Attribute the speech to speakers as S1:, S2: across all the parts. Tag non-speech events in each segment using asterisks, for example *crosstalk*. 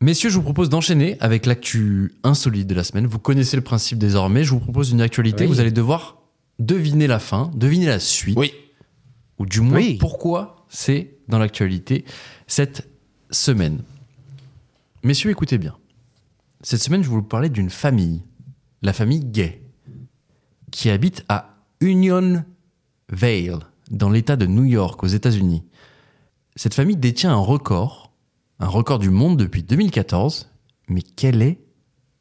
S1: Messieurs, je vous propose d'enchaîner avec l'actu insolite de la semaine. Vous connaissez le principe désormais. Je vous propose une actualité.
S2: Oui.
S1: Vous allez devoir deviner la fin, deviner la suite,
S3: Oui.
S1: ou du moins
S2: Oui.
S1: pourquoi c'est dans l'actualité cette semaine. Messieurs, écoutez bien. Cette semaine, je vais vous parler d'une famille, la famille Gay, qui habite à Union Vale, dans l'État de New York, aux États-Unis. Cette famille détient un record, un record du monde depuis 2014. Mais quel est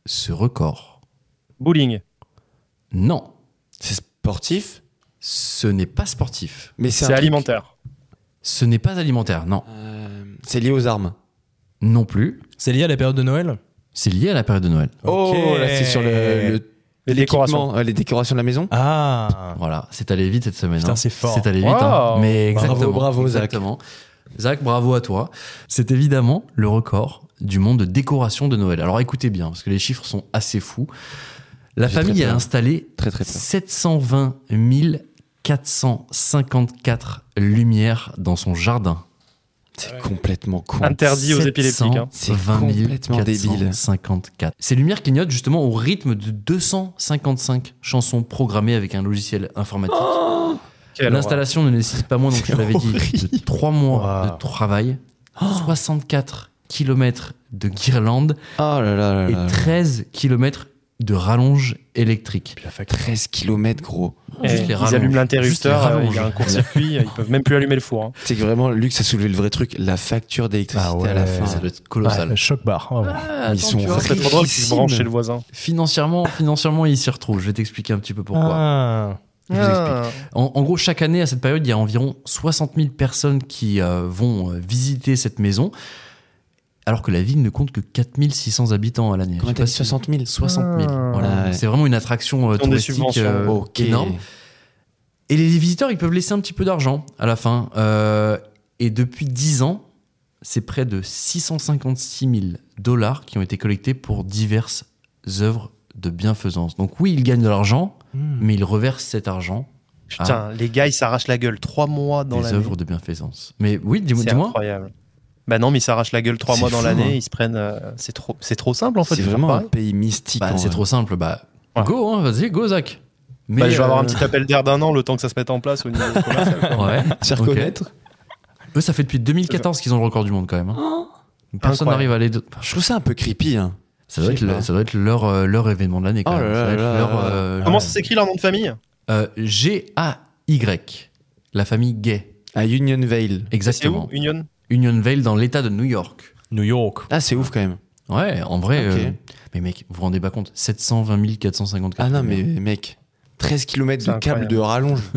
S1: ce record
S2: Bowling.
S1: Non,
S3: C'est sportif,
S1: ce n'est pas sportif.
S3: mais c'est un
S2: C'est
S3: truc-
S2: alimentaire.
S1: Ce n'est pas alimentaire, non.
S3: Euh, c'est lié aux armes.
S1: Non plus.
S4: C'est lié à la période de Noël
S1: C'est lié à la période de Noël.
S3: Oh, là, c'est sur le, le-
S2: Les décorations.
S3: l'équipement, euh, les décorations de la maison.
S4: Ah
S1: Voilà, c'est allé vite cette semaine.
S4: Putain,
S1: hein.
S4: c'est fort.
S1: C'est allé vite.
S2: Wow.
S1: hein. Mais
S3: Bravo,
S1: exactement.
S3: bravo, Zach.
S1: exactement. Zach, bravo à toi. C'est évidemment le record du monde de décoration de Noël. Alors écoutez bien, parce que les chiffres sont assez fous. La
S3: J'ai
S1: famille
S3: très
S1: a
S3: peur.
S1: installé
S3: Très très fort.
S1: 720 454 lumières dans son jardin.
S3: C'est complètement con.
S1: Ah,
S2: Interdit aux épileptiques. hein.
S3: C'est
S1: 720
S3: complètement débile.
S1: 454. Ces lumières clignotent justement au rythme de 255 chansons programmées avec un logiciel informatique.
S2: Quelle horreur.
S1: L'installation ne nécessite pas moins, donc je
S3: C'est
S1: l'avais dit, de 3 mois
S4: Waouh.
S1: de travail, 64 km de guirlande
S3: Oh là là là
S1: et
S3: là.
S1: 13 km de rallonge électrique.
S4: Puis la fac-
S3: 13 km gros.
S2: Eh,
S1: Juste les
S2: Ils
S1: rallonges.
S2: allument
S1: Juste les
S2: l'interrupteur, euh, il y a
S1: rallonges.
S2: un court-circuit, ils peuvent même plus allumer le four. hein.
S3: C'est que vraiment, Luc, ça soulevait le vrai truc. La facture d'électricité
S4: Ah ouais.
S3: à la
S1: Enfin,
S3: fin.
S1: ça doit être
S4: Ouais,
S1: colossal.
S4: le choc bar. vraiment.
S1: Ah,
S3: Ils
S1: attends,
S3: sont
S1: tu vois,
S2: Ça serait trop drôle qu'ils se
S3: Richissime.
S2: branchent chez le voisin.
S1: Financièrement, financièrement, ils s'y retrouvent. Je vais t'expliquer un petit peu pourquoi.
S4: Ah.
S1: Je vous En, en gros, chaque année, à cette période, il y a environ 60 000 personnes qui euh, vont euh, visiter cette maison, alors que la ville ne compte que 4 600 habitants à l'année.
S3: Comment
S1: Je sais
S3: t'as
S1: pas
S3: dit
S1: si-
S3: 60 000
S1: 60 000.
S2: Ah.
S1: voilà.
S3: Ah ouais.
S1: C'est vraiment une attraction euh,
S2: Ils ont des
S1: touristique
S2: subventions.
S1: euh,
S3: Ok.
S1: énorme. Et les visiteurs, ils peuvent laisser un petit peu d'argent à la fin. Euh, et depuis 10 ans, c'est près de 656 000 dollars qui ont été collectés pour diverses œuvres de bienfaisance. Donc oui, ils gagnent de l'argent,
S4: Hmm.
S1: mais ils reversent cet argent
S2: Putain, les gars, ils s'arrachent la gueule trois mois dans
S1: des
S2: l'année.
S1: œuvres de bienfaisance. Mais oui, dis-moi.
S2: C'est
S1: dis-moi.
S2: incroyable. Bah non, mais ils s'arrachent la gueule trois
S3: C'est
S2: mois dans
S3: fou,
S2: l'année,
S3: hein.
S2: ils se prennent. euh, c'est trop, c'est trop simple en fait.
S3: C'est
S2: de faire
S3: vraiment un
S2: pareil.
S3: pays mystique.
S1: Bah,
S3: en
S1: c'est
S3: vrai.
S1: trop simple. Bah,
S2: Ouais.
S1: go, hein, vas-y, go, Zach. Mais,
S2: Bah, je vais avoir un
S1: euh,
S2: petit appel d'air d'un an le temps que ça se mette en place au niveau commercial.
S1: *laughs* Ouais.
S3: Se
S1: Ok.
S3: reconnaître
S1: Eux, ça fait depuis 2014 qu'ils ont le record du monde quand même. hein. Donc, Personne
S2: Oh. Incroyable.
S1: n'arrive à les. deux.
S3: Je trouve ça un peu creepy. hein.
S1: Ça doit,
S3: Je
S1: être
S3: sais
S1: le-
S3: pas.
S1: ça doit être leur, euh, leur événement de l'année quand
S3: Oh
S1: même.
S3: là
S1: Ça doit
S3: là
S1: être
S3: là
S1: leur,
S3: là.
S1: euh,
S2: Comment ça s'écrit leur nom de famille
S1: euh, G-A-Y. La famille Gay.
S3: À Union Vale.
S2: C'est où
S1: Exactement.
S2: Union
S1: Union Vale dans l'état de New York.
S4: New York.
S3: Ah, c'est ouf quand même.
S1: Ouais, en vrai.
S3: Ok.
S1: euh, mais mec, vous vous rendez pas compte 720 454.
S3: Ah non, mais mec, 13 km
S2: C'est
S3: de câble de rallonge.
S4: *laughs*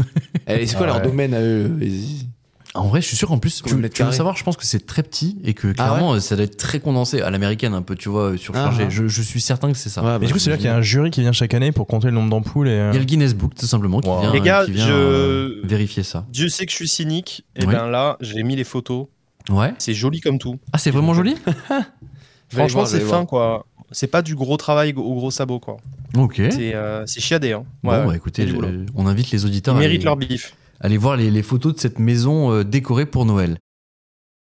S3: Eh, C'est quoi
S4: Ah
S3: leur
S4: ouais.
S3: domaine à eux Ils-
S1: En vrai, je suis sûr qu'en plus, tu,
S3: Combien de mètres
S1: tu veux
S3: carrés
S1: savoir, je pense que c'est très petit et
S3: Ah
S1: que clairement, euh, ça doit être très condensé à l'américaine, un peu, tu vois, euh, surchargé.
S3: Ah, ah.
S1: Je, je suis certain que c'est ça.
S3: Ouais, bah,
S4: Mais du coup, c'est là qu'il y a un jury qui vient chaque année pour compter le nombre d'ampoules et. euh,
S1: Il y a le Guinness Book, tout simplement, qui
S4: Wow.
S1: vient,
S2: Les gars,
S1: qui vient,
S2: je-
S1: euh, vérifier ça.
S2: Dieu sait que je suis cynique. Et
S1: Oui.
S2: ben là, j'ai mis les photos.
S1: Ouais.
S2: C'est joli comme tout.
S1: Ah, c'est vraiment joli
S3: Je vais aller
S2: Franchement,
S3: voir, je vais
S2: c'est
S3: aller voir.
S2: fin quoi. C'est pas du gros travail au gros sabot quoi.
S1: Ok.
S3: *laughs*
S2: C'est euh, c'est chiadé. Hein.
S1: Eh. Bon,
S2: Ouais, ouais.
S1: bah, écoutez,
S2: C'est du boulot.
S1: euh, on invite les auditeurs
S2: Ils
S1: à
S2: méritent
S1: aller,
S2: leur bif.
S1: à aller voir les, les photos de cette maison euh, décorée pour Noël.